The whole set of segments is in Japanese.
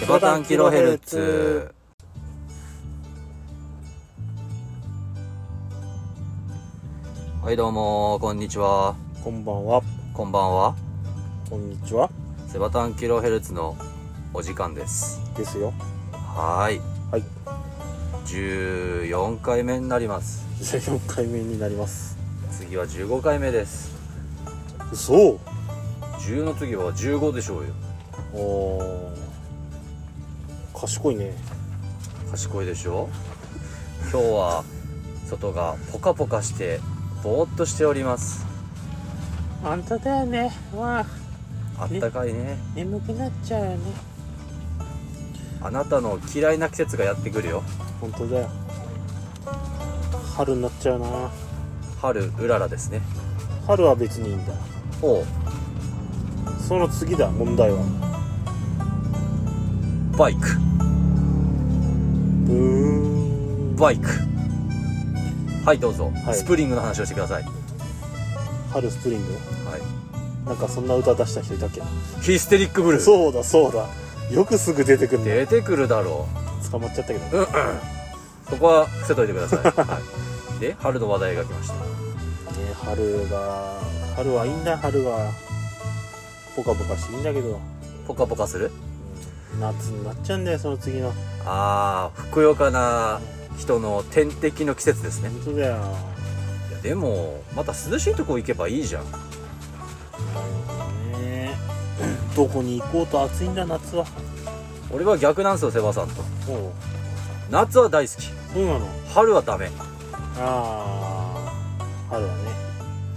キバタンキロヘルツ。はいどうもこんにちはこんばんは。こんばんはこんにちは。セバタンキロヘルツのお時間ですですよ。はーいはい。 14回目になります14回目になります。次は15回目です嘘10の次は15でしょうよおー。賢いね。賢いでしょ今日は外がポカポカしてぼーっとしておりますあんただよね。わあ、あったかいね眠くなっちゃうよね。あなたの嫌いな季節がやってくるよ本当だよ。春になっちゃうな。春うららですね春は別にいいんだ。おうその次だ、問題は。バイクブーン。バイクはいどうぞ、はいスプリングの話をしてください、は春スプリングなんかそんな歌出した人いたっけい、ヒステリックブルーそうだ、そうだ。よくすぐ出てくんね。出てくるだろ捕まっちゃったけど。ううんうんそこは伏せといてくだ さい、はい、で春の話題が来ましたね、春が春はいいんだ春はポカポカしていいんだけど、ポカポカするうん夏になっちゃうんだよその次のああふくよかな人の天敵の季節ですね本当だよいやでもまた涼しいとこ行けばいいじゃんねどこに行こうと暑いんだ夏は俺は逆なんですよセバさんとも夏は大好きうそうなの春はダメああ春はね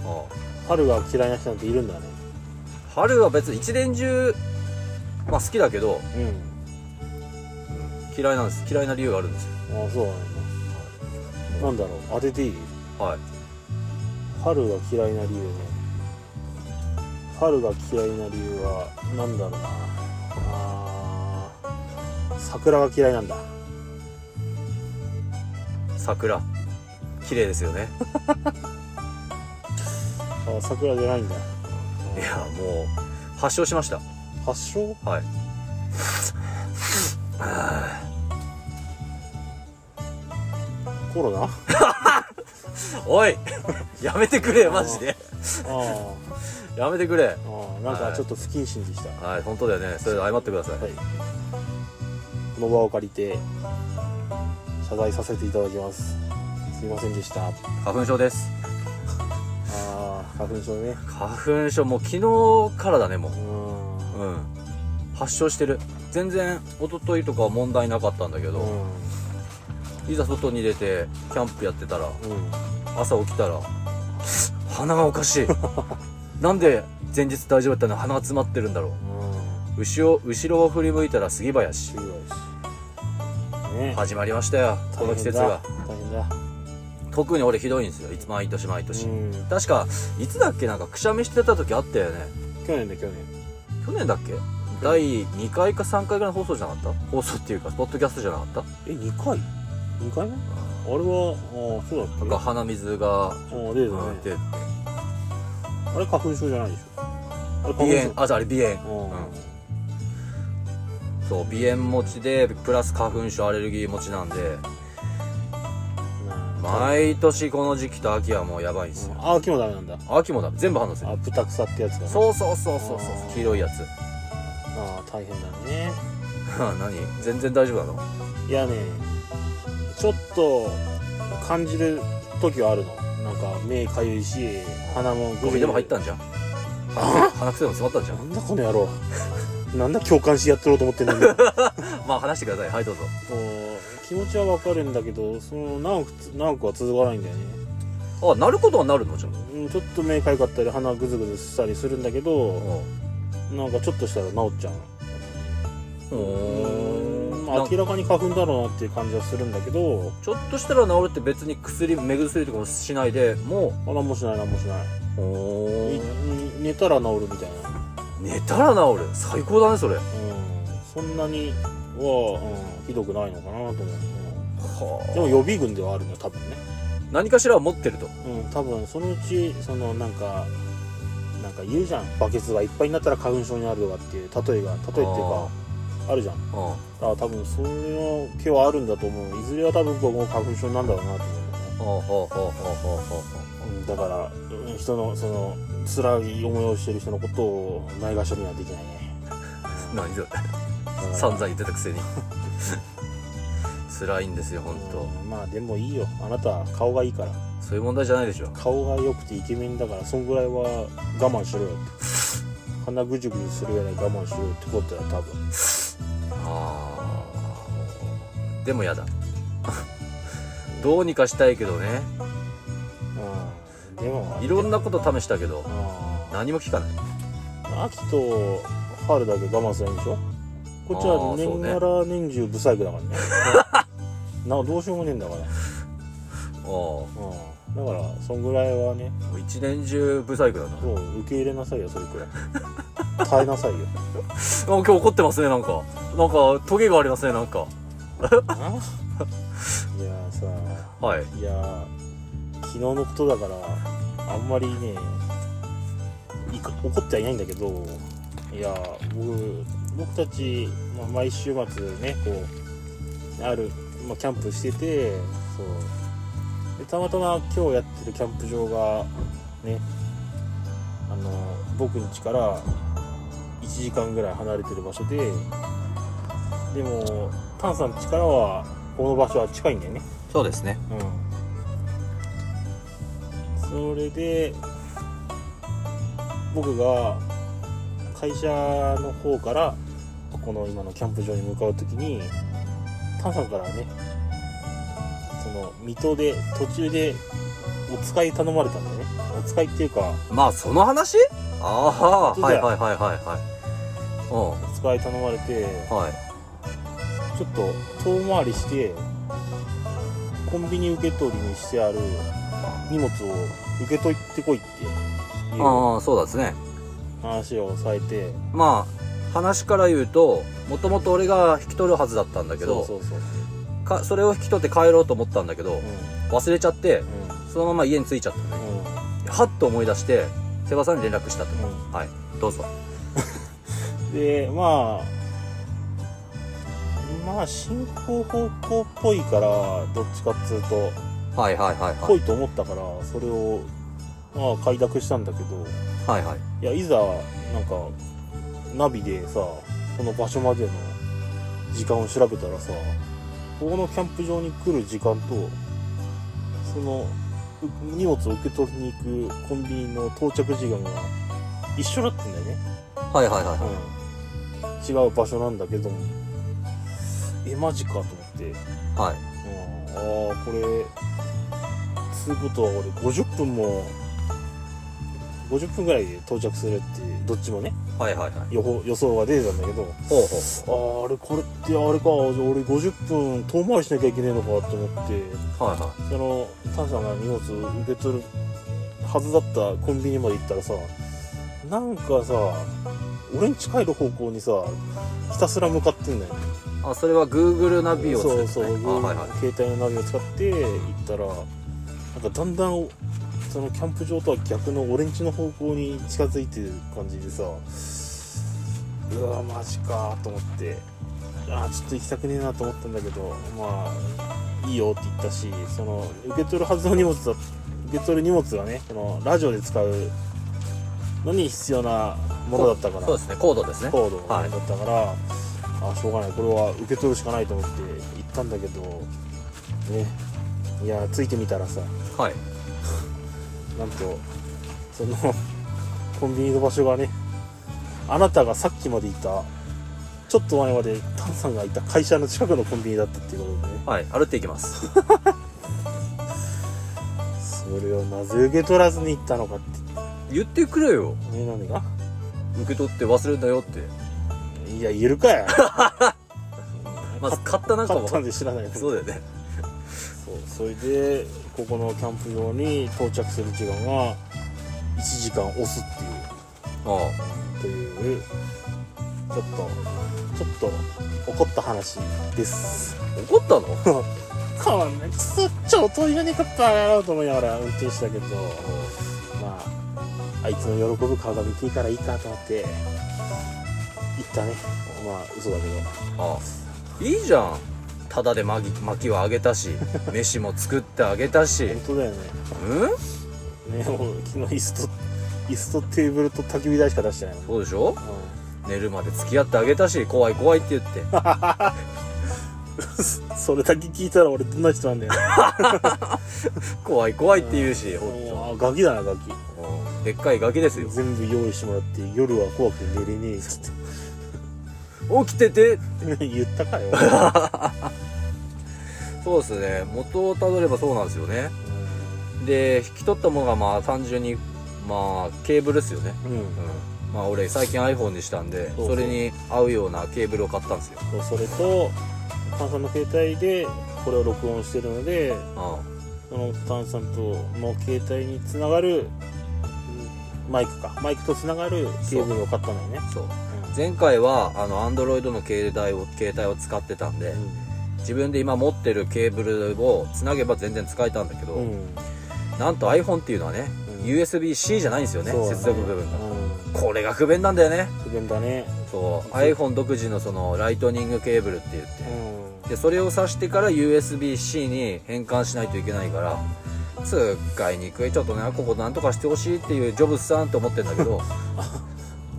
あ春が嫌いな人なんているんだねあ春は別に一年中まあ好きだけどうん嫌いなんです嫌いな理由があるんですよああそうなのなんだろう当てていいはい春が嫌いな理由ね春が嫌いな理由はなんだろうなあー桜が嫌いなんだ桜綺麗ですよねあ桜じゃないんだいやもう発症しました発祥はいコロナあおい やめてくれマジでーやめてくれあーなんかちょっと不謹慎でしたははい本当だよねそれで謝ってください、いこの場を借りて謝罪させていただきますすいませんでしたあ花粉症ですあー花粉症ね花粉症もう昨日からだねもううーんうん発症してる全然一昨日とかは問題なかったんだけうど、んいざ外に出てキャンプやってたらうん朝起きたら鼻がおか しいなんで前日大丈夫だったのに鼻が詰まってるんだろうんう後ろ後ろを振り向いたら杉林強いしね始まりましたよこの季節が大変だ特に俺ひどいんですよいつ毎年毎年、うん確かいつだっけなんかくしゃみしてた時あったよね去年だ去年去年だっけ第2回か3回ぐらいの放送じゃなかった放送っていうかポッドキャストじゃなかったえ二回二回目あれはああそうだったなんねか鼻水があー出てうんたね出てあれ花粉症じゃないでしょあ鼻れ花炎あじゃああれ鼻炎粉症そう鼻炎持ちでプラス花粉症アレルギー持ちなんでうんあ毎年この時期と秋はもうやばいんですよあ秋もダメなんだ秋もだ全部反応するあ豚草ってやつがうそうそうそうそうそううん黄色いやつ ああ大変だね何全然大丈夫なのいやねちょっと感じる時はあるのなんか目かゆいし鼻もゴグミリでも入ったんじゃん鼻くせでも詰まったんじゃなんだこの野郎なんだ共感してやってろうと思ってんのにん まあ話してくださいはいどうぞこう気持ちはわかるんだけどその長くつ長くは続かないんだよね、あなることはなるのじゃんうん、ちょっと目かゆかったり鼻グズグズしたりするんだけどうなんかちょっとしたら治っちゃうのんううんんまあなんか明らかに花粉だろうなっていう感じはするんだけどちょっとしたら治るって別に薬目薬とかもしないでもあ何もしない何もしないうんいい寝たら治るみたいな寝たら治る最高だねそれうんそんなには、うん、ひどくないのかなと思ううんはでも予備軍ではあるのよ多分ね何かしらは持ってるとうん多分そのうちそのなんかなんか言うじゃんバケツがいっぱいになったら花粉症になるとかっていう例えが例えっていうあかあるじゃんだうんから多分それの毛はあるんだと思ういずれは多分僕も花粉症なんだろうなと思うんだよねほうほうほうほうほうほうほうんだからうん人のその辛い思いをしてる人のことをないがしろにはできない ねう何それだから散々言ってたくせに 辛いんですよ本当うんまあでもいいよあなたは顔がいいからそういう問題じゃないでしょ顔が良くてイケメンだからそんぐらいは我慢しろよって鼻ぐじゅぐじゅするぐらい我慢しろよってことだよ多分あーでもやだ どうにかしたいけどねうんでもいろんなこと試したけどうん何も効かない秋と春だけ我慢するんでしょこっちはあーそう年ねがら年中不細工だからねなどうしようもねえんだから、おうん、だからそんぐらいはね一年中ブサイクだなもう受け入れなさいよそれくらい耐えなさいよあ今日怒ってますねなんかなんかトゲがありますねなんかいやーさはいいやー昨日のことだからあんまりねいか怒ってはいないんだけどいやー僕僕たち、まあ、毎週末ねこうある、まあ、キャンプしててそうでたまたま今日やってるキャンプ場がねあの僕ん家から1時間ぐらい離れてる場所ででもタンさん家からはこの場所は近いんだよねそうですねそれで僕が会社の方からこの今のキャンプ場に向かう時にタンさんからねその水戸で途中でお使い頼まれたんだよねお使いっていうかまあその話ああそうはだいよはいはいはいはいうんお使い頼まれてはいちょっと遠回りしてコンビニ受け取りにしてある荷物を受け取ってこいっていうああそうですね話をされてまあ話から言うともともと俺が引き取るはずだったんだけどそうそうそう、かそれを引き取って帰ろうと思ったんだけどう忘れちゃってんそのまま家に着いちゃったのねうんはっと思い出して瀬場さんに連絡したとはいどうぞうん、でまあまあ進行方向っぽいからどっちかっつうとはいはいはいはぽいいと思ったからそれをまあ快諾したんだけどはいはいいやいざなんかナビでさこの場所までの時間を調べたらさここのキャンプ場に来る時間とそのう荷物を受け取りに行くコンビニの到着時間が一緒だったんだよね、はいはいはいはいうん、違う場所なんだけどもえマジかと思って、うん、あはいあこれつうことは俺50分も50分ぐらいで到着するっていうどっちもねはいはいはい予報予想が出てたんだけどほうほうあーあれこれってあれかじゃあ俺50分遠回りしなきゃいけねえのかと思ってほうはいはいそのタンさんが荷物受け取るはずだったコンビニまで行ったらさなんかさ俺に近いる方向にさひたすら向かってんだよねあそれは Google ナビを使って、そね、うそう、あはいはい携帯のナビを使って行ったらなんかだんだんそのキャンプ場とは逆のオレンジの方向に近づいてる感じでさうわマジかと思ってあーちょっと行きたくねえなと思ったんだけどまあいいよって言ったしその受け取るはずの荷物だ受け取る荷物がねこのラジオで使うのに必要なものだったからそうですねコードですねコードだったから、あしょうがないこれは受け取るしかないと思って行ったんだけどねいやついてみたらさはいなんとその コンビニの場所がねあなたがさっきまでいたちょっと前までタンさんがいた会社の近くのコンビニだったっていうことでねはい歩いていきますそれをなぜ受け取らずに行ったのかって言ってくれよね何が受け取って忘れんだよっていや言えるかい まず買ったなんか買っもたんで知らないけどそうだよねそうそれでここのキャンプ場に到着する時間が1時間押すっあていうというちょっとちょっと怒った話ですあ怒ったのこんなくそ超遠いじゃねえかったやろうと思いながら運転したけどまああいつの喜ぶ顔が見ていいからいいかと思って行ったねまあ嘘だけどあいいじゃんただでまき薪はあげた し飯も作ってあげたしうん本当だよねねもう昨日椅子と椅子とテーブルと焚き火台しか出してないもん、うん、そうでしょ寝るまで付き合ってあげたし怖い怖いって言って それだけ聞いたら俺どんな人なんだよ 怖い怖いって言うし、ほんとあガキだなガキうんでっかいガキですよ全部用意してもらって夜は怖くて 寝れねえっつっ起きててて言った かよ、そうですね元をたどればそうなんですよねで引き取ったものがまあ単純にまあケーブルですよねうんうんうんまあ俺最近 iPhone にしたんでそうそそうれに合うようなケーブルを買ったんですよそうそれと炭酸の携帯でこれを録音してるのでうその炭酸との携帯につながるうんマイクかマイクとつながるケーブルを買ったのよねんそううん前回はあの Android の携帯を携帯を使ってたんで自分で今持ってるケーブルをつなげば全然使えたんだけど、うんうんなんと iPhone っていうのはね、うん USB-C じゃないんですよねそうだね接続部分がうんこれが不便なんだよね不便だねそうそう iPhone 独自のそのライトニングケーブルって言って、うでそれを挿してから USB-C に変換しないといけないから使いにくいちょっとねここなんとかしてほしいっていうジョブズさんと思ってんだけ どん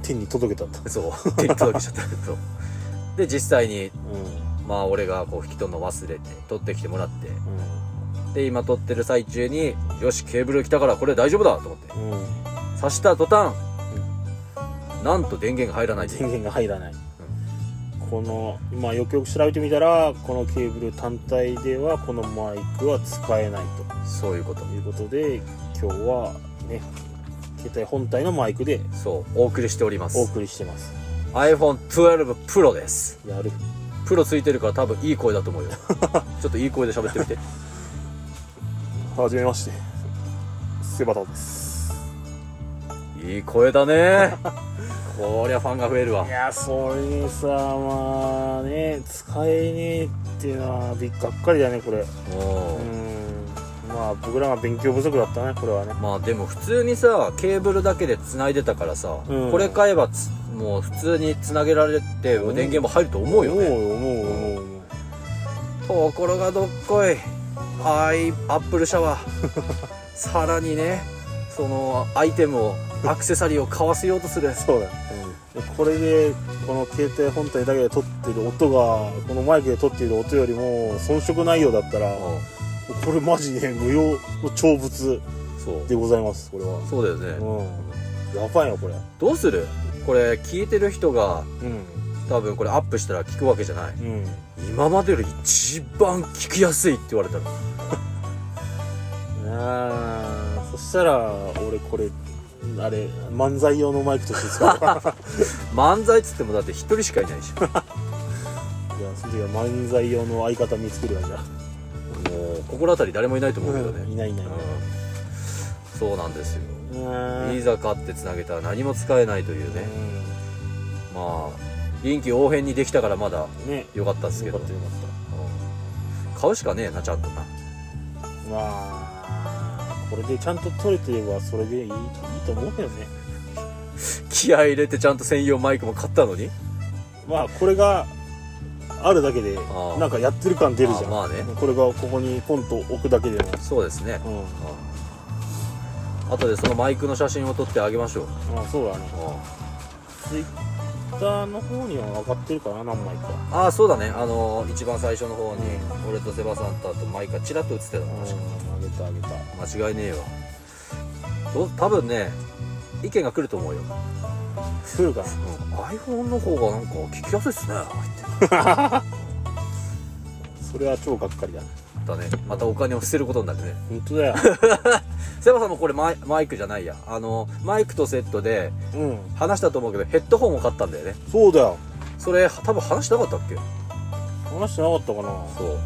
天に届けたんだそう手に届けちゃったけどで実際にうんまあ俺がこう引き取るの忘れて取ってきてもらってうで今撮ってる最中によしケーブル来たからこれ大丈夫だと思ってんうん挿した途端、なんと電源が入らないで電源が入らない、この今よくよく調べてみたらこのケーブル単体ではこのマイクは使えないそういうことということで今日はね携帯本体のマイクでそうお送りしておりまおす送りしてます iPhone12 Pro ですやるプロついてるから多分いい声だと思 うよちょっといい声で喋ってみてはじめましてセバタですいい声だ ねこりゃファンが増えるわいやそれにさまあね使えねえっていうのはびっがっかりだねこれもううんまあ僕らが勉強不足だったねこれはねまあでも普通にさケーブルだけで繋いでたからさ、うんこれ買えばつもう普通に繋げられてうん電源も入ると思うよね、思うよ思うよ思うよ思うところがどっこいアイアップルシャワー さらにねそのアイテムをアクセサリーを買わせようとするそうだよでこれでこの携帯本体だけで撮ってる音がこのマイクで撮っている音よりも遜色ないようだったらうんこれマジで無用の長物そうでございますこれはそうだよね、うんやばいよこれどうするこれ聞いてる人がうん多分これアップしたら聞くわけじゃないうん今までより一番聞きやすいって言われたらなあそしたら俺これあれ漫才用のマイクとして 使ういや漫才っつってもだって一人しかいないしその時は漫才用の相方見つけるわじゃあもう心当たり誰もいないと思うけどね、いないいないいないうんそうなんですようんいざ買ってつなげたら何も使えないというねまあ臨機応変にできたからまだね良かったですけよどかったよかったうん買うしかねえなちゃんとな まあこれでちゃんと取れてればそれでいいいいと思うけどね気合い入れてちゃんと専用マイクも買ったのにまあこれがあるだけでああなんかやってる感出るじゃんああまあねこれがここにポンと置くだけでもそうですねうんあとでそのマイクの写真を撮ってあげましょうまあそうだねあツイッターの方には上がってるかな何枚かあーそうだねあのー一番最初の方にう俺とセバさんとあとマイクがチラッと映ってたのうん確あげたあげたか間違いねえわど多分ね意見が来ると思うよ、来るかなうん、iPhone の方がなんか聞きやすいっすねってそれは超がっかりだだねまたお金を捨てることになってね本当だよセバさんもこれマイマイクじゃないやあのマイクとセットで うん話したと思うけどヘッドホンを買ったんだよねそうだよそれ多分話してなかったっけ話してなかったかなそう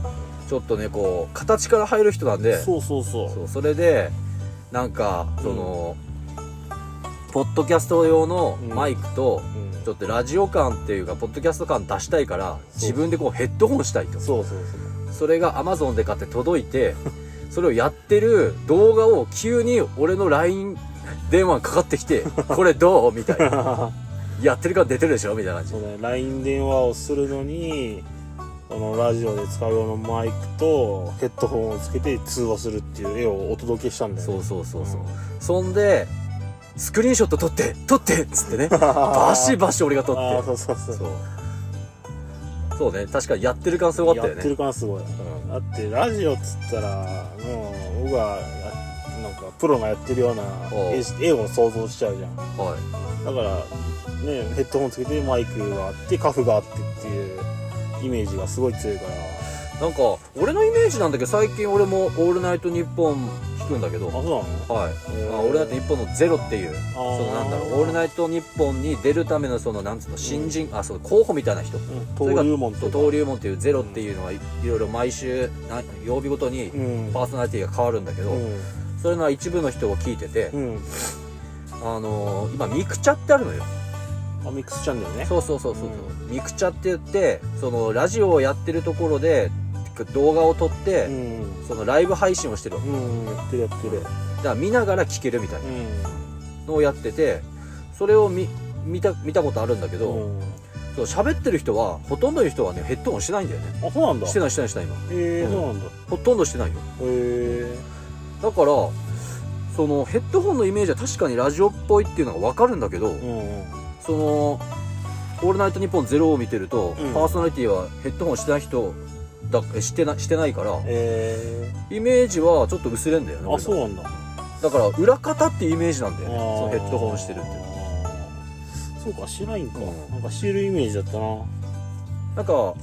ちょっとねこう形から入る人なんでそうそうそうそうそれでなんかその、ポッドキャスト用のマイクと、うんちょっとラジオ感っていうかポッドキャスト感出したいからそう自分でこうヘッドホンしたいとそそうそうそうれが Amazon で買って届いてそれをやってる動画 を急に俺の LINE 電話かかってきて「これどう?」みたいなやってるから出てるでしょみたいな感じそうね LINE 電話をするのにこのラジオで使う用のマイクとヘッドホンをつけて通話するっていう絵をお届けしたんだよ、そね、うそうそうそう、んそんでスクリーンショット撮って撮ってっつってねバシバシ俺が撮あーってそうそうそうそうそうね確かにやってる感すごかったよやってるね感すごい、だってラジオっつったらもう僕はやなんかプロがやってるようなおう絵絵を想像しちゃうじゃんだかはいらねヘッドホンつけてマイクがあってカフがあってっていうイメージがすごい強いからなんか俺のイメージなんだけど最近俺も「オールナイトニッポン」聞くんだけどあそうなのはいへーあ俺だって日本のゼロっていうあそーのなんだろう「オールナイトニッポン」に出るためのそのなんつうの新人、あそう候補みたいな人うん登竜門そとう登竜門っていうゼロっていうのはい,、ろいろ毎週な曜日ごとにうんパーソナリティが変わるんだけど、うんそれの一部の人を聞いてて、うんあのー今ミクチャってあるのよあミックスチャンネルねそうそうそうそう、ミクチャって言ってそのラジオをやってるところで動画を撮って、うんそのライブ配信をしてるわけうんやってるやってるだから見ながら聞けるみたいなうのをやっててそれを見見た見たことあるんだけど、んうんそう喋ってる人はほとんどの人はねヘッドホンしてないんだよねあそうなんだしてないしてないしてない今えーうんそうなんだへほとんどしてないよえだからそのヘッドホンのイメージは確かにラジオっぽいっていうのが分かるんだけど、うんうんその「オールナイトニッポンゼロを見てると、うんパーソナリティはヘッドホンしてない人だしてなしてないからえイメージはちょっと薄れんだよねー、俺あのそうなんだだから裏方ってイメージなんだよねあーそのヘッドホンしてるっていうのそうか知らんか、うんなんか知るイメージだったななんか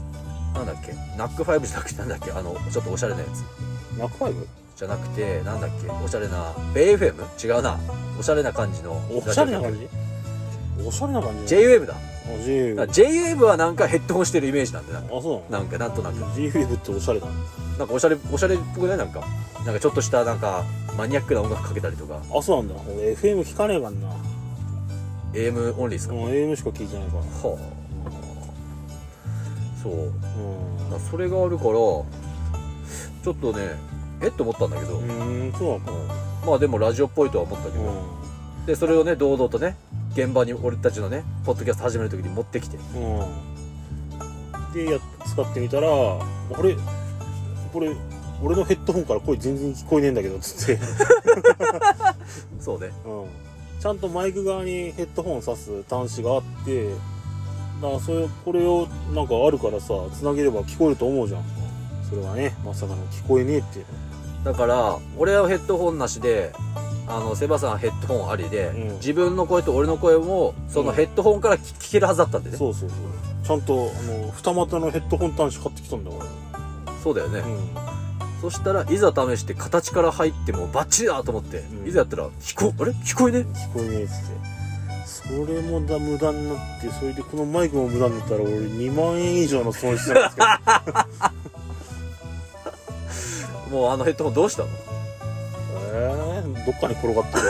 なんだっけナック5じゃなくてなんだっけあのちょっとおしゃれなやつナックファイブじゃなくてなんだっけおしゃれなベイ FM 違うなおしゃれな感じのおしゃれな感じおしゃれな感じ JWAVE だあ JWAVE だから JWAVE はなんかヘッドホンしてるイメージなんだよあそうななんかなんとなくの JWAVE っておしゃれなのなんかおしゃれおしゃれっぽくないなんかなんかちょっとしたなんかマニアックな音楽かけたりとかあそうなんだ俺 FM 聞かねえかんな AM オンリーですか、もう AM しか聞いてないからはあそうだからうそれがあるからちょっとねえっと思ったんだけど、んうんそうなのかなまあでもラジオっぽいとは思ったけうど、でそれをね堂々とね現場に俺たちのねポッドキャスト始める時に持ってきてんうんでや使ってみたらあれこれ俺のヘッドホンから声全然聞こえねえんだけどつってそうねうん、ちゃんとマイク側にヘッドホン挿す端子があってだからそれこれをなんかあるからさつなげれば聞こえると思うじゃんそれはねまさかの聞こえねえっていうだから俺はヘッドホンなしであのセバさんはヘッドホンありで、うん自分の声と俺の声もそのヘッドホンから聞聞けるはずだったんでね、そうそうそうちゃんとあの二股のヘッドホン端子買ってきたんだかそうだよね、ら、うん、そしたらいざ試して形から入ってもバッチリだと思って、うんいざやったら聞こあれ聞こえね聞こえねえっつってそれもだ無駄になってそれでこのマイクも無駄になったら俺2万円以上の損失なんですけどもうあのヘッドホンどうしたのえー、どっかに転がってる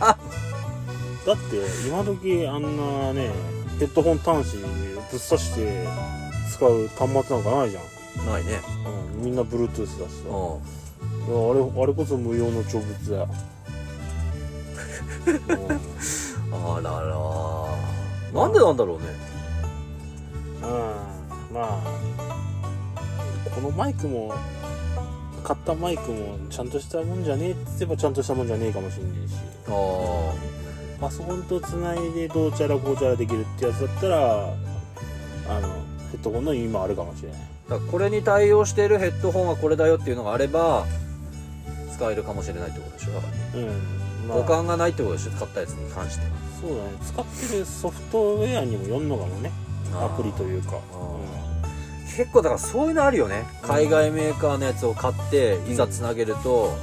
だって今時あんなねヘッドホン端子ぶっ刺して使う端末なんかないじゃん、ないねうん、みんな Bluetooth だしさ、ういやんあれあれこそ無用の長物だよ、うんあららなんでなんだろうねうんまあこのマイクも買ったマイクもちゃんとしたもんじゃねえって言えばちゃんとしたもんじゃねえかもしれないしああパソコンとつないでどうちゃらこうちゃらできるってやつだったらあのヘッドホンの今あるかもしれないだからこれに対応しているヘッドホンはこれだよっていうのがあれば使えるかもしれないってことでしょだからねうん、まあ互換がないってことでしょ買ったやつに関してはそうだね使ってるソフトウェアにもよんのかもねアプリというかあ結構だからそういうのあるよね海外メーカーのやつを買っていざつなげると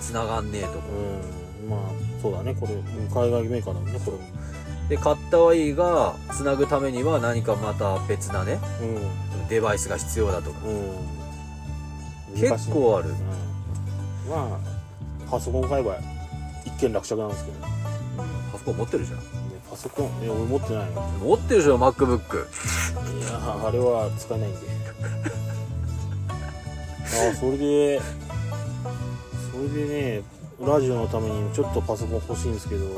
つながんねえとかうん、うん、まあそうだねこれうん海外メーカーだもんねこれもで買ったはいいがつなぐためには何かまた別なねうんデバイスが必要だとかうん結構ある難しいねうんまあパソコン買えば一件落着なんですけどねパソコン持ってるじゃんパソコンえ俺持ってないの持ってるじゃん MacBook いやーあれは使えないん でああそれでそれでねラジオのためにちょっとパソコン欲しいんですけどね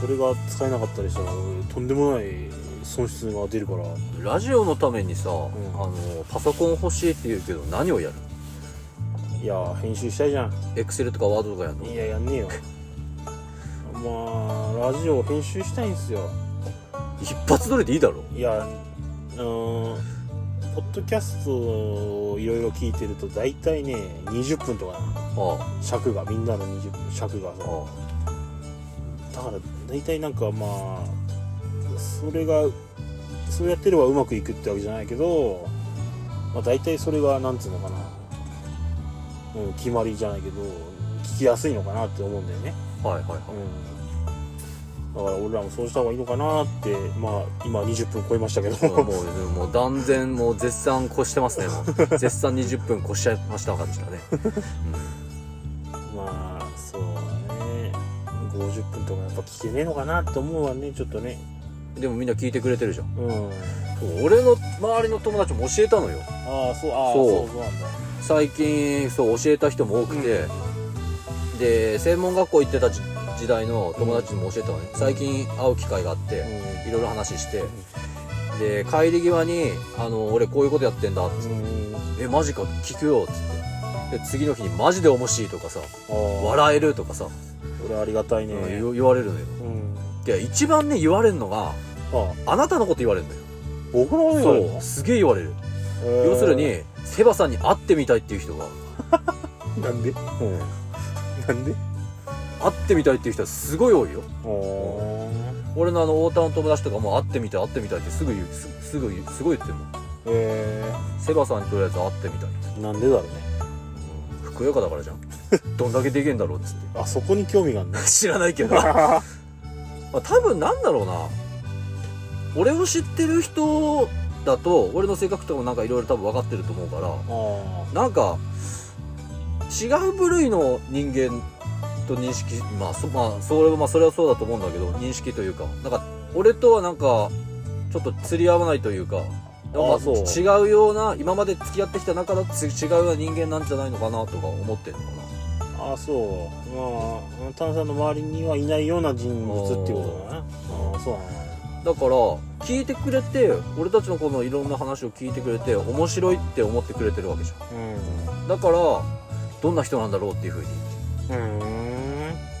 それが使えなかったりしたらとんでもない損失が出るからラジオのためにさ、んあのパソコン欲しいって言うけど何をやるいや編集したいじゃんエクセルとかワードとかやるのいややんねえよまあラジオ編集したいんすよ一発撮りでいいだろいやうーんポッドキャストをいろいろ聞いてると大体ね20分とかなのあ尺がみんなの20分尺があさあだから大体なんかまあそれがそうやってればうまくいくってわけじゃないけど、まあ、大体それがなんつうのかな、うん、決まりじゃないけど聞きやすいのかなって思うんだよね、あはいはいはい、うん、だから俺らもそうした方がいいのかなってまあ今20分超えましたけどもうもうもう断然もう絶賛越してますねもう絶賛20分越しちゃいました感じだね、 まあそうだね50分とかやっぱ聞けねえのかなって思うわねちょっとねうん、でもみんな聞いてくれてるじゃんうん俺の周りの友達も教えたのよああそうああそうそうそうなんだ最近そう教えた人も多くて、で専門学校行ってたじ時代の友達にも教えたのね最近会う機会があって、いろいろ話して、で帰り際に「あの俺こういうことやってんだ」っつってうん、うん、あ「えマジか聞くよ」っつってで次の日に「マジで面白い」とかさ「あ笑える」とかさ、俺ありがたいねうん言言われるのようんで一番ね言われるのがああなたのこと言われるのよ僕の方にそうすげえ言われる、要するにセバさんに会ってみたいっていう人がなんでなんで会ってみたいっていう人はすごい多いよあー俺のあの太田の友達とかも会ってみたい会ってみたいってすぐ言うすすぐ言うすごい言ってるもんえセバさんにとりあえず会ってみたいって、ー、なんでだろうねふくよかだからじゃん どんだけでけんだろうっつってあそこに興味がある ね知らないけど、まあ、多分なんだろうな俺を知ってる人だと俺の性格とかもなんかいろいろ多分分かってると思うからあなんか違う部類の人間と認識まあそ,、まあ、それはまあそれはそうだと思うんだけど認識というかなんか俺とはなんかちょっと釣り合わないというかなんあかそう違うような今まで付き合ってきた中だと違うような人間なんじゃないのかなとか思ってるのかああそうまあ炭酸の周りにはいないような人物っていうことだなああそうだななだから聞いてくれて俺たちのこのいろんな話を聞いてくれて面白いって思ってくれてるわけじゃうんだからどんな人なんだろうっていう風にうん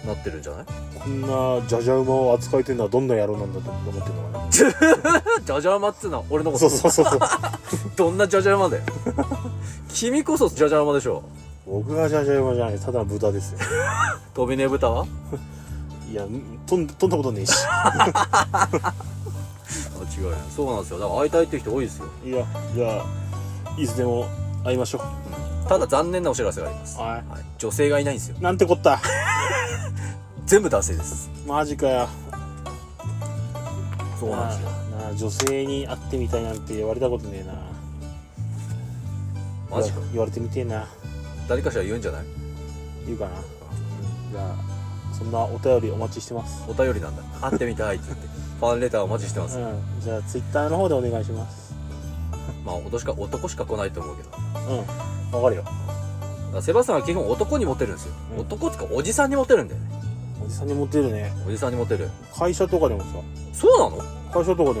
なってるんじゃ ないこんなじゃじゃ馬を扱えてるのはどんな野郎なんだと思ってるのかなじゃじゃ馬っつうのは俺のことそうそうそうそうどんなじゃじゃ馬だ よ君こそじゃじゃ馬でしょ僕がじゃじゃ馬じゃないただの豚ですよ飛びねぶたはいやとんとんだことねえしあ違うよそうなんですよだから会いたいって人多いですよいやじゃあいつでも会いましょうただ残念なお知らせがあります、ははい、女性がいないんですよいなんてこった全部男性ですマジかよそうなんですよなあなあ女性に会ってみたいなんて言われたことねえなマジか言わ言われてみてえな誰かしら言うんじゃない言うかなじゃあそんなお便りお待ちしてますお便りなんだ会ってみたいって言ってファンレターお待ちしてます、うんじゃあツイッターの方でお願いしますまあ男しか男しか来ないと思うけどだかうんわかるよらセバスチャンは基本男にモテるんですよ、うん男っていうかおじさんにモテるんだよねおじさんにモテるねおじさんにモテる会社とかでもさそうなの会社とかでも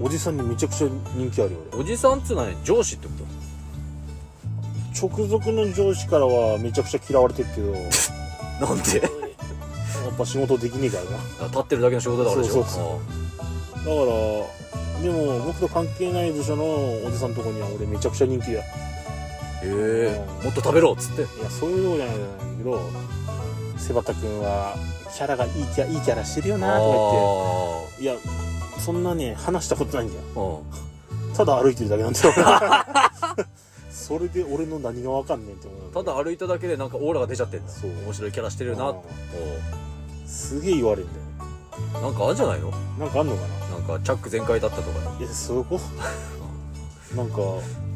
おじさんにめちゃくちゃ人気あるよおじさんっつうのはね上司ってこと俺直属の上司からはめちゃくちゃ嫌われてるけ どやなんでっぱ仕事できねえからな立ってるだけの仕事だからでしょそうそうそうだからでも僕と関係ない部署のおじさんのとこには俺めちゃくちゃ人気だいへえもっと食べろっつってやそういうとこじゃないんだけどセバタ君はキャラがいいキャいいキャラしてるよなとか言っていやそんなね話したことないんだよあーうんただ歩いてるだけなんだよ それで俺の何がわかんねえって思うただ歩いただけでなんかオーラが出ちゃってんだそう面白いキャラしてるなってすげえ言われるんだよおうなんかあんじゃないのなんかあんのかななんかチャック全開だったとかあいやそこなんか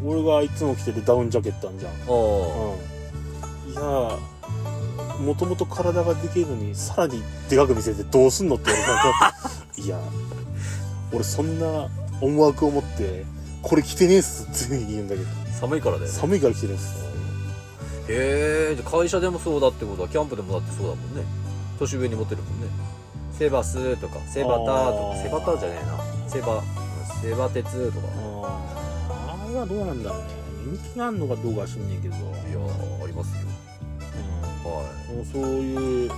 俺がいつも着てるダウンジャケットあんじゃんあうんいやもともと体がでけえのにさらにでかく見せてどうすんのって言われたんだ けどいや俺そんな思惑を持ってこれ着てねえっすって言うんだけど寒いからだよね寒いから着てねえっすへえじゃあ会社でもそうだってことはキャンプでもだってそうだもんね年上にモテるもんねセバスとかセバタとあかーセバタじゃねえなセバセバ鉄とかあーあれはどうなんだろうね人気があるのかどうかは知んねえけど、いやーありますよはいうん、もうそういう、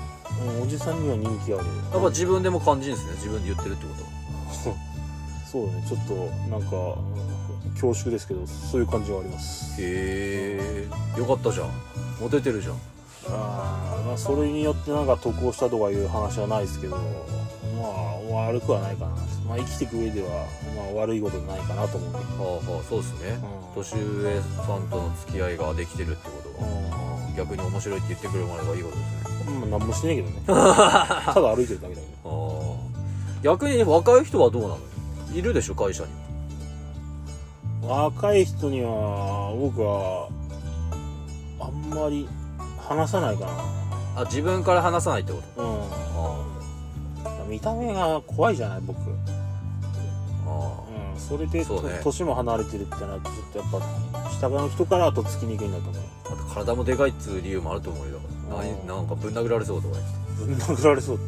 うん、おじさんには人気あるやっぱ自分でも感じるんですね自分で言ってるってことはそうだねちょっとなんか恐縮ですけどそういう感じはありますへえよかったじゃんモテてるじゃんあーまあそれによってなんか得をしたとかいう話はないですけどまあ悪くはないかなまあ生きていく上では、まあ、悪いことないかなと思うねはあはあそうですねうん年上さんとの付き合いができてるってことは逆に面白いって言ってくれるまでがいいことですねうん、まあ、何もしてないけ どねただ歩いてるだけだけどああ逆に若い人はどうなのいるでしょ会社に若い人には僕はあんまり話さないかあ自分から話さないってことなうあん見た目が怖いじゃない僕、うああん、それでそうねと年も離れてるってなるとちょっとやっぱ下の人からとっつきにくいんだと思うああと体もでかいっつう理由もあると思うよだから何あーなんかぶん殴られそうとか言ってぶん殴られそううん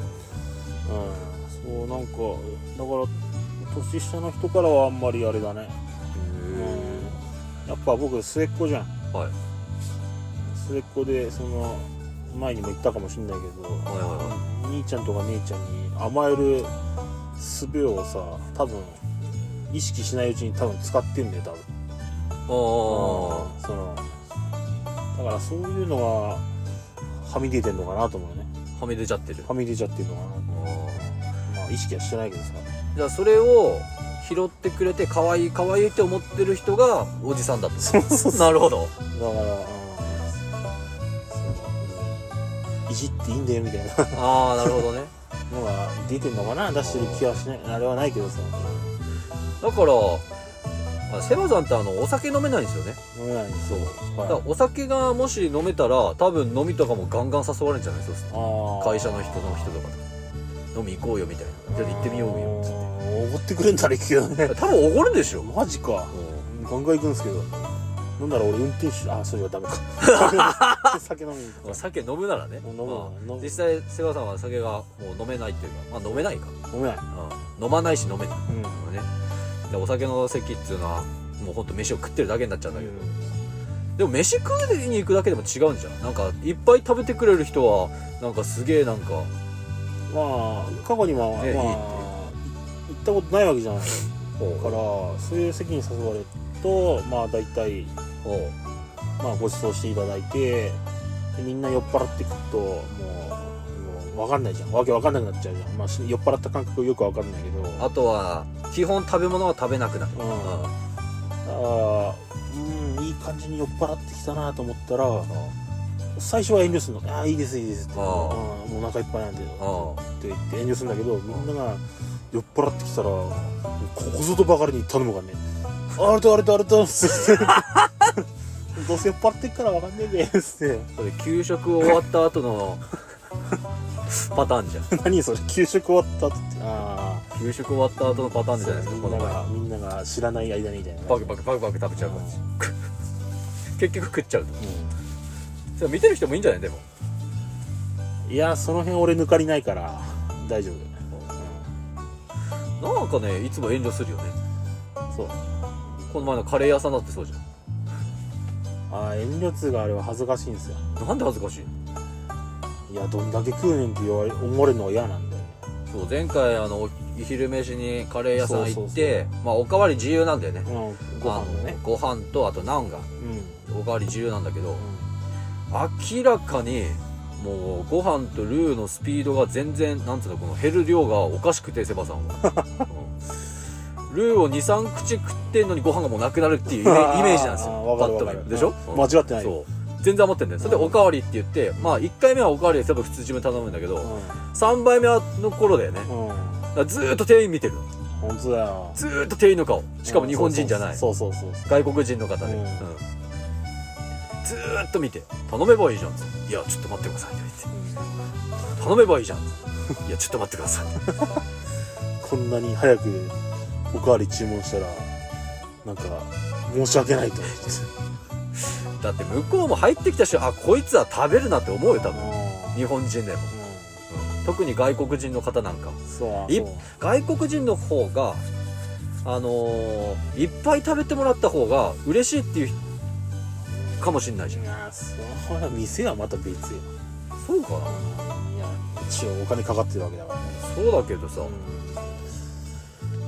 そうなんかだから年下の人からはあんまりあれだねうんやっぱ僕末っ子じゃんはい末っ子でその前にも言ったかもしれないけど、はいは兄ちゃんとか姉ちゃんに甘える術をさ多分意識しないうちに多分使ってんだよ多分ああそのだからそういうのははみ出てんのかなと思うねはみ出ちゃってるはみ出ちゃってるのかああなまあ意識はしてないけどさじゃあそれを拾ってくれて可愛い可愛いって思ってる人がおじさんだとそうそうなるほ どだから、うんそういじっていいんだよみたいなああなるほどねのが出てんのかな出してる気はしないあれはないけどさだからあセバさんってあのお酒飲めないんですよね飲めないんですよだからはお酒がもし飲めたら多分飲みとかもガンガン誘われるんじゃないそうするい、あとー会社の人の人とかと飲み行こうよみたいなじゃあ行ってみようよっつっおごってくれんだらいいけどねて多分おごるんでしょマジかガンガン行くんですけどなんなら俺運転手あそれはダメ か酒飲みに行くまあ酒飲むならね飲むわまあ飲む実際セバさんは酒がもう飲めないっていうかまあ飲めないか、飲めないうん飲まないし飲めないうんねでお酒の席っていうのはもうほんと飯を食ってるだけになっちゃうんだけど、でも飯食いに行くだけでも違うんじゃんなんかいっぱい食べてくれる人はなんかすげえなんかまあ過去にも、ねまあいい行ったことないわけじゃないかおうらそういう席に誘われるとまあ大体、おうまあ、ご馳走していただいてでみんな酔っ払ってくともうもう分かんないじゃんわけ分かんなくなっちゃうじゃん、まあ、し酔っ払った感覚よく分かんないけどあとは基本食べ物は食べなくなる、ううんんあーうんいい感じに酔っ払ってきたなと思ったら最初は遠慮するの「ああいいですいいです」って「あうーんもうお腹いっぱいなんで」って言って遠慮するんだけどみんなが酔っ払ってきたらここぞとばかりに頼むからね「あれとあれとあれと」っつってどうせ酔っ払ってっからわかんねえで」っつってそれ給食終わった後 のパターンじゃん「何それ給食終わった」って言ってああ給食終わった後のパターンじゃないですみかこのんな前がみんなが知らない間にみたいなバクバクバクバク食べちゃう感じ結局食っちゃうとうそれ見てる人もいいんじゃないでもんいやその辺俺抜かりないから大丈夫なんかねいつも遠慮するよねうんそうこの前のカレー屋さんだってそうじゃんああ遠慮っつうがあれは恥ずかしいんですよなんで恥ずかしいいやどんだけ食うねんって言われ思われるのは嫌なんだよねそう前回あのお昼飯にカレー屋さん行ってそうそうまあおかわり自由なんだよねうんご飯をねあのご飯とあとナンがうんうんおかわり自由なんだけど明らかにもうご飯とルーのスピードが全然なんつうのこの減る量がおかしくてセバさんは、うんルーを23口食ってんのにご飯がもうなくなるっていうイメあーイメージなんですよあーわかるわかパッると見でしょ、うんうん間違ってないそう全然余ってんだよそれでおかわりって言って、まあ1回目はおかわりで多分普通自分頼むんだけど、3杯目の頃だよね、うんうんだからずーっと店員見てるの本当だよずーっと店員の顔しかも日本人じゃない、そうそうそうそう外国人の方で、うんうんずーっと見て「頼めばいいじゃん」っつっていやちょっと待ってください」って言って「頼めばいいじゃん」っつっていやちょっと待ってください」 こんなに早くおかわり注文したらなんか申し訳ないと思ってだって向こうも入ってきた人あこいつは食べるなって思うよ多分う日本人でも、んうん特に外国人の方なんかはそういそう外国人の方があのーいっぱい食べてもらった方が嬉しいっていう人かもしんないじゃんなあそら店はまた別よそうかないや一応お金かかってるわけだからねそうだけどさ、うん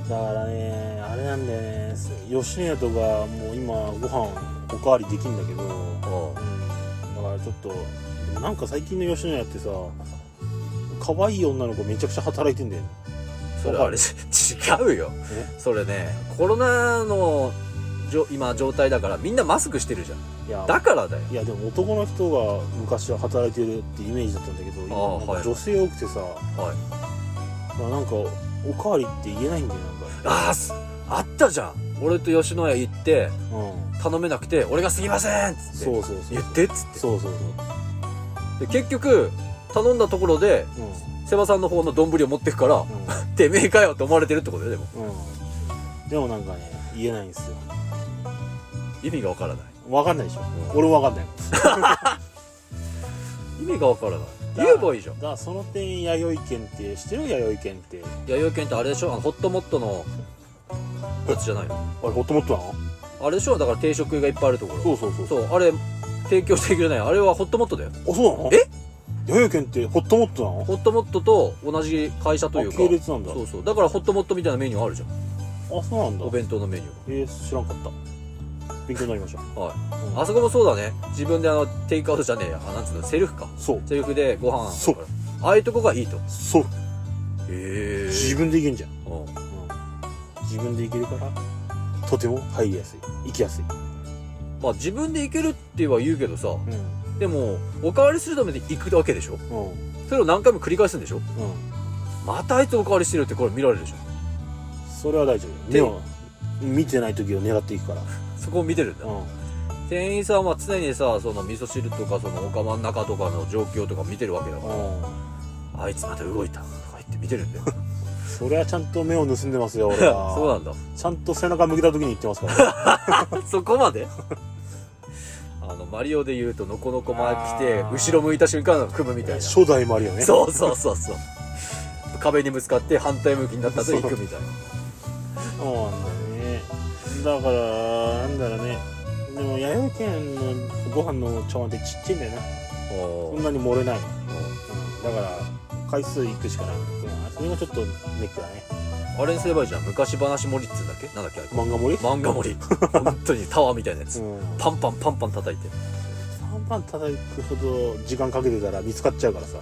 だからねあれなんだよね吉野家とかもう今ご飯おかわりできんだけど、うん、だあからちょっとでもなんか最近の吉野家ってさ可愛い女の子めちゃくちゃ働いてんだよねあそれあれ違うよえそれねコロナのじょ今状態だからみんなマスクしてるじゃんいやだからだよいやでも男の人が昔は働いてるってイメージだったんだけあどあ今なんはかい女性多くてさ、はいまあなんかおかわりって言えないんだよなんかああすあったじゃん俺と吉野家行ってうん頼めなくて俺がすぎませんっつってそうそうそう言ってっつってそうそうで結局頼んだところでそう瀬場さんの方の丼を持ってくからうんうんてめえかよって思われてるってことだよでもうん、でもなんかね言えないんですよ意味がわからないわかんないでしょ、うん俺もわかん ない意味がわからない言えばいいじゃんだからその点弥生県って知ってる弥生県って弥生県ってあれでしょあのホットモットのやつじゃないのあれホットモットなのあれでしょだから定食がいっぱいあるとこそろうそうそうそうあれ提供してくれないあれはホットモットだよあそうなのえ弥生県ってホットモットなのホットモットと同じ会社というあか系列なんだそうそうだからホットモットみたいなメニューあるじゃんあそうなんだお弁当のメニューがえー、知らんかった勉強になりましたはいうんあそこもそうだね自分であのテイクアウトじゃねえやあなんつうのセルフかそうセルフでご飯そうああいうとこがいいとそうへ自分で行けんじゃん、うんうん、自分で行けるからとても入りやすい行きやすい、まあ自分で行けるっては言うけどさうんうんでもおかわりするために行くわけでしょうんそれを何回も繰り返すんでしょまたあいつおかわりしてるってこれ見られるでしょそれは大丈夫ででも見てない時を狙っていくからそこを見てるんだ、うん店員さんは常にさその味噌汁とかそのお釜の中とかの状況とか見てるわけだからうあいつまた動いたとか言って見てるんだよんそれはちゃんと目を盗んでますよ俺 はそうなんだちゃんと背中向けた時に言ってますから、 ね、そこまで あのマリオで言うとノコノコ前来てあー後ろ向いた瞬間組むみたいな、初代マリオねそうそうそうそう壁にぶつかって反対向きになったと行くみたいなそうなんだよねだからなんだろうねでも弥生県のご飯の茶碗ってちっちゃいんだよなおそーんなに盛れない、おだから回数いくしかないそれがちょっとネックだねーあれにすればいいじゃん昔話盛りっつうんだっけなんだっけあれ漫画盛り漫画盛り 本当にタワーみたいなやつ、うんパンパンパンパン叩いてパンパン叩くほど時間かけてたら見つかっちゃうからさ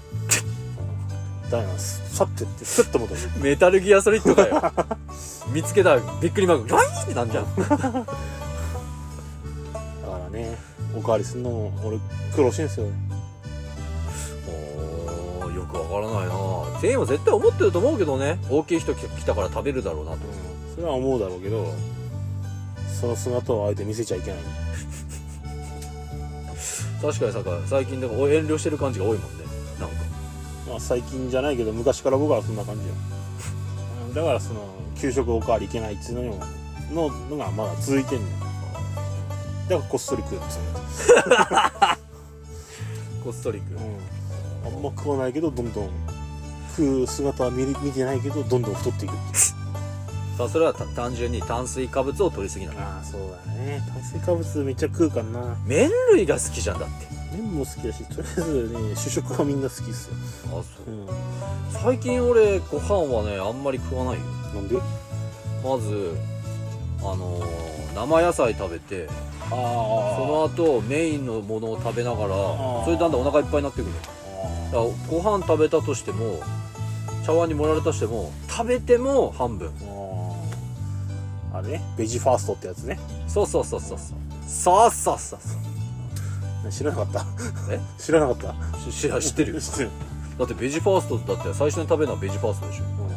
うんダメなんですさってってスッと戻るメタルギアソリッドだよ見つけたらびっくりマークラインってなんじゃんだからねおかわりするのも俺苦労してんですよおーよくわからないな全員は絶対思ってると思うけどね大きい人来来たから食べるだろうなとそれは思うだろうけどその姿をあえて見せちゃいけない確かにさ最近だから遠慮してる感じが多いもんねなんかまあ最近じゃないけど昔から僕はそんな感じよ うんだからその給食おかわりいけないっていうのにもののがまだ続いてんのよだからこっそり食うんですよ、こっそりくうん、あんま食わないけどどんどん食う姿は見れ見てないけどどんどん太っていくっていうさあそれはた単純に炭水化物を取りすぎなのああ そうだね炭水化物めっちゃ食うかな麺類が好きじゃんだって麺も好きだしとりあえずね主食はみんな好きっすよ、あそううん、最近俺ご飯はねあんまり食わないよなんでまずあのー生野菜食べてああその後メインのものを食べながらーそれでだんだんお腹いっぱいになってくるだからご飯食べたとしても茶碗に盛られたとしても食べても半分あれねベジファーストってやつねそうそうそうそうそうそうそうそう知らなかった え知らなかっそうし知らた知ってるよ知ってる、だってベジファーストだって最初に食べるのはベジファーストでしょうん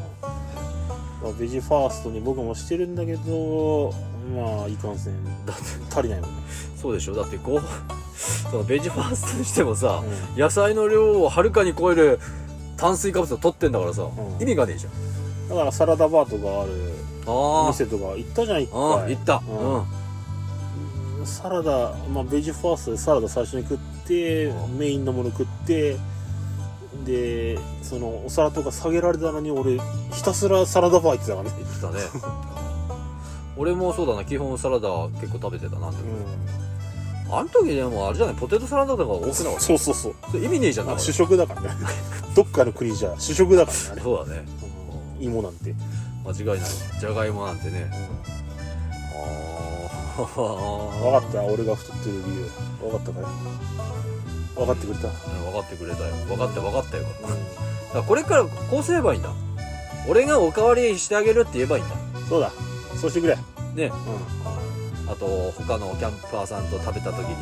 まあ、ベジファーストに僕もしてるんだけどまあいかんせんだって足りないもんね、そうでしょだってご そのベジファーストにしてもさうん、野菜の量をはるかに超える炭水化物を取ってんだからさ、ん意味がねえじゃんだからサラダバーとかあるあ店とか行ったじゃん一あああ回行ったうんサラダ、まあ、ベジファーストでサラダ最初に食ってうメインのもの食ってでそのお皿とか下げられたのに俺ひたすらサラダバー行ってたからね、言ってたね俺もそうだな基本サラダ結構食べてたなって、あの時でもあれじゃないポテトサラダとか多くなかったそうそうそうそれ意味ねえじゃんだあから主食だからね どっかの国じゃ主食だからねあれそうだねうん芋なんて、間違いないじゃがいもなんてねあ分あかった俺が太ってる理由分かったかい分かってくれた、分かってくれたよ分かった分かったよだからこれからこうすればいいんだ俺がおかわりしてあげるって言えばいいんだそうだそうしてくれねうあと他のキャンパーさんと食べた時に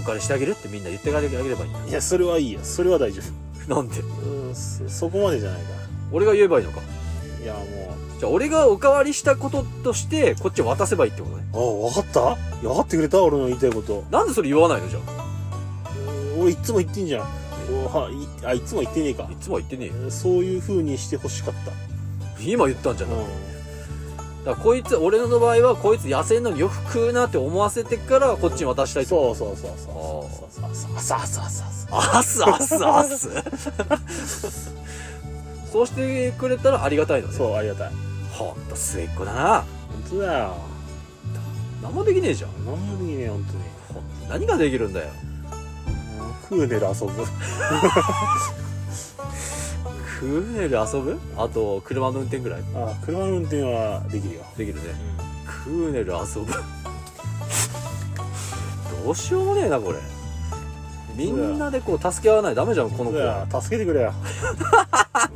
おかわりしてあげるってみんな言ってあげればいいんだんいやそれはいいやそれは大丈なんで夫うんそそこまでじゃないか俺が言えばいいのかいやもじゃあ俺がおかわりしたこととしてこっちを渡せばいいってことねうあ分かったいや分かってくれた俺の言いたいことなんでそれ言わないのじゃあうん俺いつも言ってんじゃんおはいあいつも言ってねえかいつもは言ってねえようんそういう風にしてほしかった今言ったんじゃない、うだからこいつ俺の場合はこいつ痩せんのによく食うなって思わせてからこっちに渡したいんとそうそうそうそうそうそうそうそうそうそうあっすあっすあっすそうしてくれたらありがたいのねそうありがたいほんと末っ子だな本当だよ何もできねえじゃん何もできねえ本当にほんと何ができるんだよ食うねる遊ぶ食うねる遊ぶあと車の運転ぐらいあ車の運転はできるよ、できるね食うねる遊ぶどうしようもねえなこれみんなでこう助け合わないとダメじゃんこの本子当だよ助けてくれよ、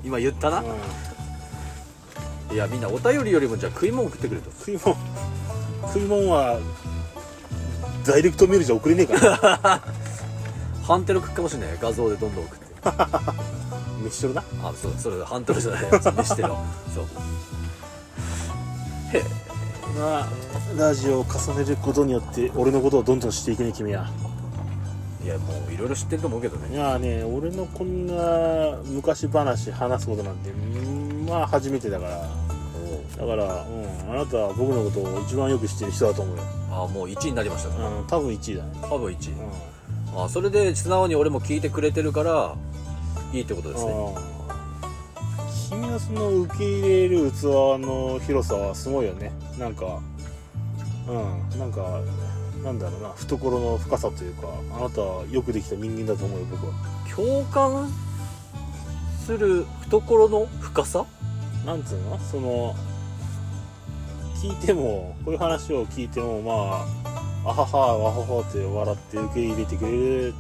今言ったなうん、いやみんなお便りよりもじゃあ食い物食ってくれと食い物食い物はダイレクトメールじゃ送れねえ からハンテロ食うかもしれない画像でどんどん送って飯しとるなあそうそれだハンテロじゃないやつにしてろそうへえまあラジオを重ねることによって俺のことをどんどんしていくね君はいやもういろいろ知ってると思うけどいねやね俺のこんな昔話話すことなんてうんまあ初めてだからだから、うん、あなたは僕のことを一番よく知ってる人だと思うよ、あもう1位になりましたかうん、多分1位だね、多分1うん位あそれで素直に俺も聞いてくれてるからいいってことですねうん君のその受け入れる器の広さはすごいよねなんかうんなんかなんだろうな懐の深さというかあなたはよくできた人間だと思うよ僕は共感する懐の深さなんつうのその聞いてもこういう話を聞いてもまああははわははって笑って受け入れてくれる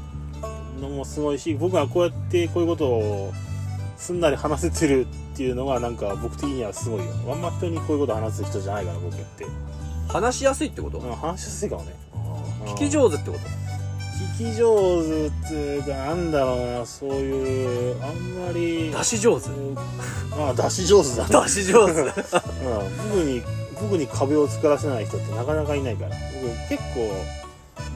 のもすごいし僕がこうやってこういうことをすんなり話せてるっていうのがなんか僕的にはすごいよあんま人にこういうこと話す人じゃないから僕って、話しやすいってこと、うん、話しやすいかもね聞き上手ってこと聞き上手っていうかなんだろうなそういうあんまり出し上手うんまあ出し上手だ出し上手うん、僕に僕に壁を作らせない人ってなかなかいないから僕結構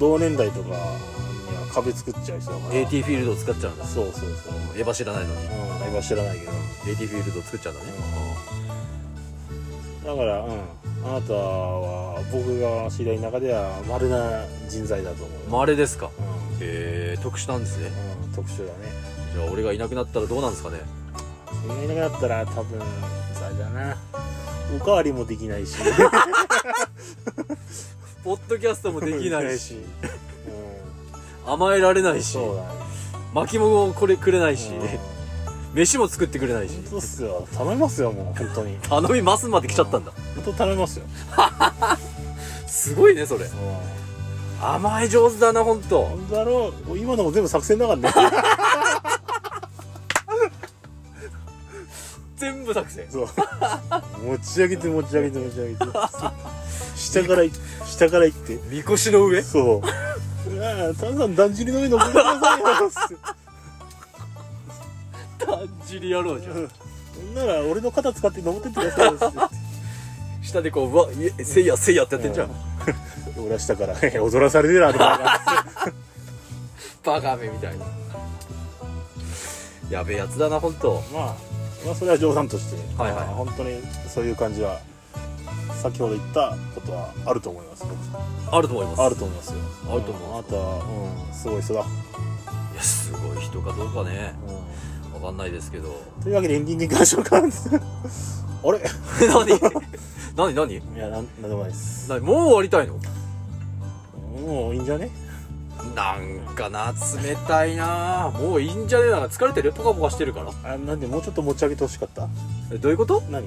同年代とかには壁作っちゃう人だから AT フィールドを使っちゃうんだそうそうそう、うん、エヴァ知らないのに今知らないけど AT フィールドを作っちゃうんだねだからうんあなたは僕が知り合いの中では稀な人材だと思う、稀ですかうへえ特殊なんですねんうん、特殊だねじゃあ俺がいなくなったらどうなんですかねそれがいなくなったら多分あれだなおかわりもで きないしポッドキャストもできないしし、うん、甘えられないしそうだね巻き物をこれくれないしうん飯も作ってくれないし本当っすよ頼みますよもう本当に頼みますまで来ちゃったんだ本当頼みますよすごいねそれ甘え上手だな本当本当だろう今のも全部作戦だからね 全部作戦そう持ち上げて持ち上げて持ち上げて下からい下から行ってみこしの上そうああただだんじりの上登ってくださいよだんじり野郎じゃんそんなら俺の肩使って登ってってくださいよ下でこううわいえせいやせいやってやってんじゃん俺は下から 踊らされてるなとかバカめみたいなやべえやつだな本当まあ、まあそれは冗談として、はいはいまあ本当にそういう感じは先ほど言ったことはあると思いますあると思いますあると思いますよあると思いますんあなたは、うん、すごい人だ、いやすごい人かどうかねうんかんないですけどというわけでエンディングいきましょうか あれ 何 何何いやなんなんでもないです何もう終わりたいのもういいんじゃねなんかな冷たいなもういいんじゃねえな疲れてるポカポカしてるからあなんでもうちょっと持ち上げてほしかったえどういうこと何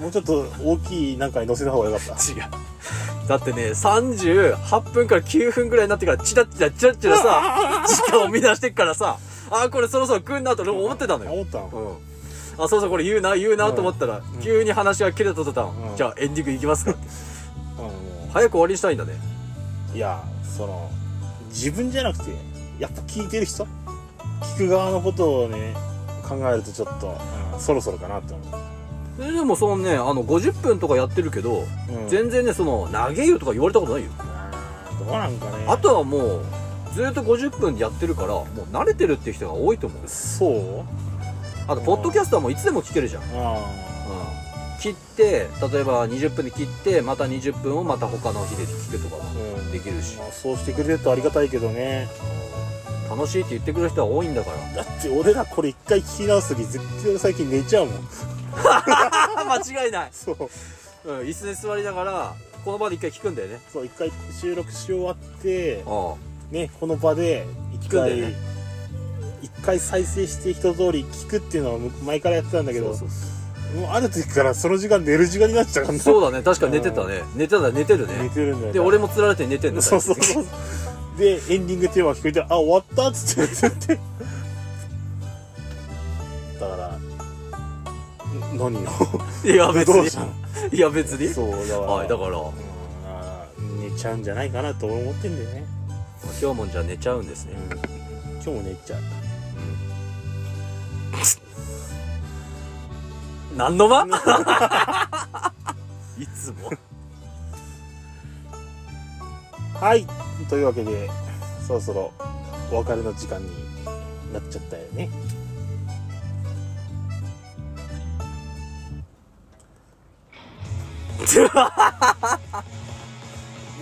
もうちょっと大きいなんかに乗せた方がよかっ違うだってね38分から9分ぐらいになってからチラチラチラチラ さ時間を見出してっからさあーこれそろそろ来んなと俺も思ってたのたよ思ったのうん、あそうそうこれ言うな言うなと思ったら、急に話が切れた途端、うんじゃあエンディングいきますかってあのも早く終わりにしたいんだねういやその自分じゃなくてやっぱ聞いてる人聞く側のことをね考えるとちょっと、うんそろそろかなって思ででもそのねあの50分とかやってるけど、う、うん、全然ねその「長えよ」とか言われたことないよ、あーどうなんかねあとはもうずっと50分やってるからもう慣れてるっていう人が多いと思うんですそうあとポッドキャストはもういつでも聞けるじゃん、うん、あ切って例えば20分で切ってまた20分をまた他の日で聞くとかあ、もうんできるしまあ、そうしてくれるとありがたいけどね楽しいって言ってくれる人は多いんだからだって俺らこれ一回聞き直す時絶対最近寝ちゃうもんあ 間違いないそううん、椅子に座りながらこの場で一回聞くんだよねそう一回収録し終わってあねこの場で一聞くんだ回よね一回再生して一通り聞くっていうのは前からやってたんだけどそうもうある時からその時間寝る時間になっちゃうからそうだね確かに寝てたね寝てた寝てる寝ねてるんだよで俺もつられて寝てんだそうそうそうでエンディングテーマ聞こえてあ終わったっつって 言ってだからん何よいや別どうしたのにいや別にそうだから,、はいだからうんあー寝ちゃうんじゃないかなと俺思ってんだよね、今日もんじゃ寝ちゃうんですね今日も寝ちゃう何 の間いつもはいというわけでそろそろお別れの時間になっちゃったよね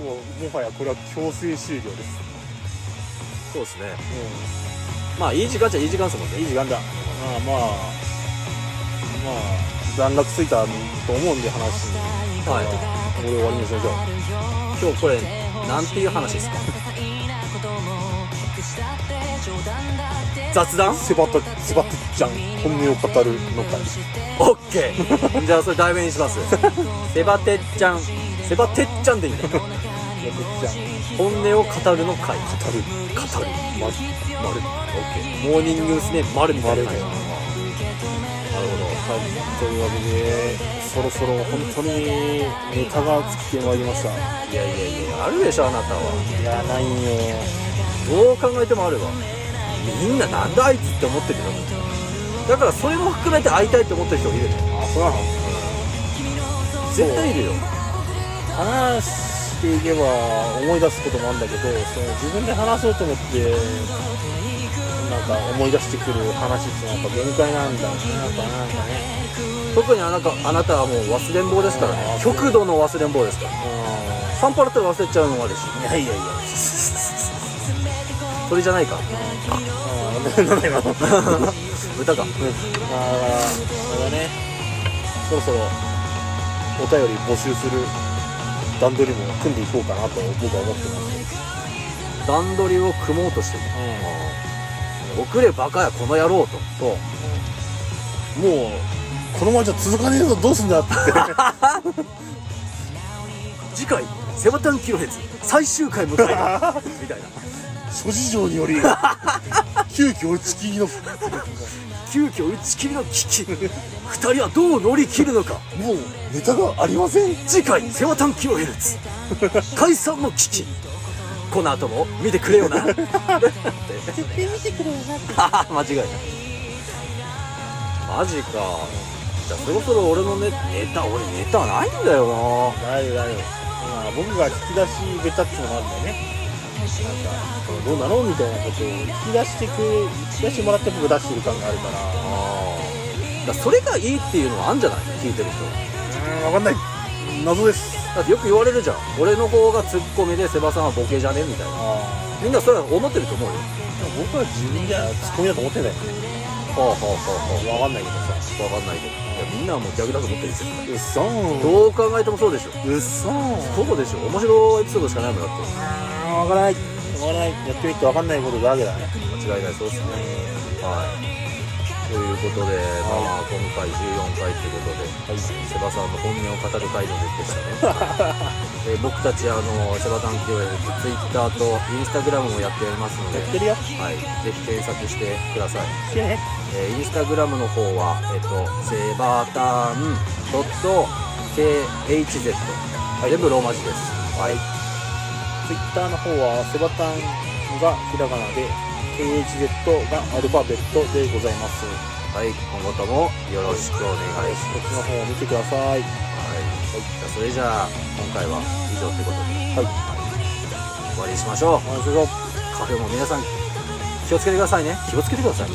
もうもはやこれは強制終了です、そうですねまあいい時間じゃいい時間ですもんいいね時間だまあまあまあ段落ついたと思うんで話はいこれ終わりにしましょう今日これなんていう話ですか雑談セバタセバタちゃん本音を語るの会オッケーじゃあそれ題名にしますセバテッちゃんセバテッちゃんでいいねセバタちゃん本音を語るの会語る語るまず丸オッケーモーニング娘。丸みたいな感じ丸だなよるほはい、というわけでそろそろ本当にネタが尽きてまいりましたどいやいやいやあるでしょあなたはいやないよどう考えてもあるわみんななんだあいつって思ってるよだからそれも含めて会いたいって思ってる人がいるねあそうなの絶対いるよ話していけば思い出すこともあるんだけどその自分で話そうと思ってなんか思い出してくる話っていうのはやっぱ限界なんだよねやっぱなんかね特にあなたあなたはもう忘れん坊ですからね極度の忘れん坊ですから散歩だったら忘れちゃうのもあるしうんいやいやいや それじゃないかうんなんだ今のだからま歌があねそろそろお便り募集する段取りも組んでいこうかなと僕は思ってます段取りを組もうとしても遅れバカやこの野郎とそうもうこのままじゃ続かねえぞどうすんだって次回「セバタンキロヘツ」最終回迎えたみたいな諸事情により急遽打ち切りの急遽打ち切りの危機二人はどう乗り切るのかもうネタがありません次回「セバタンキロヘルツ」解散の危機この後も見てくれよな絶対見てくれよな 間違いないマジかじゃあそろそろ俺のねネタ俺ネタないんだよ大丈夫大丈夫まあ僕が引き出しベタっていうのもあるんだよねなんかどうなのみたいなことを引き出してく引き出してもらって僕出してる感があるからなあーだからそれがいいっていうのはあんじゃない聞いてる人うん分かんない謎ですだってよく言われるじゃん俺の方がツッコミでセバさんはボケじゃねみたいなあみんなそれは思ってると思うよ僕は自分じゃツッコミだと思ってないあはあはわかんないけどさあはあ分かんないけどいやみんなはもう逆だと思ってる絶対うっそーどう考えてもそうでしょうっそーそうでしょ面白いエピソードしかないもんだっあーわからないわからないやってみるとわかんないことだらけだねて間違いないそうっすねはいということで、まあ、今回14回ということではいセバさんの本音を語る回のでしたねえー僕たちあのセバタンキオやツイッターとインスタグラムもやっておりますのでやってるよはい、ぜひ検索してください、してねえーインスタグラムの方は、えっとセバタン .khz、全部ローマ字ですはいツイッターの方はセバタンがひらがなで KHZ がアルファベットでございますはい、今後ともよろしくお願はいいしそっます。ちのはい、方を見てくださいじゃあそれじゃあ今回は以上ということではい終わりにしましょう。お願いしますカフェも皆さん気をつけてくださいね。気をつけてください。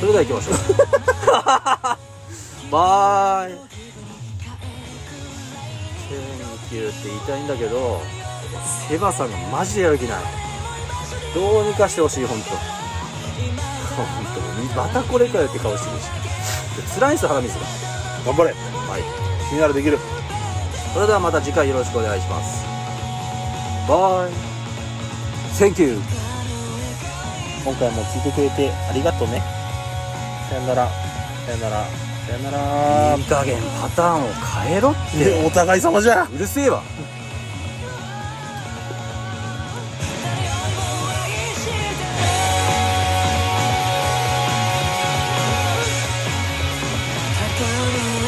それでは行きましょ う。バイ。センキューって言いたいんだけど、セバさんがマジでやる気ない。どうにかしてほしい本当。本当またこれかよって顔してるし。辛いんですよ鼻水が。頑張れはい。君ならできるそれではまた次回よろしくお願いしますバイ Thank you 今回も聞いてくれてありがとうねさよならさよならさよならいい加減パターンを変えろって でお互い様じゃうるせえ「わたとえ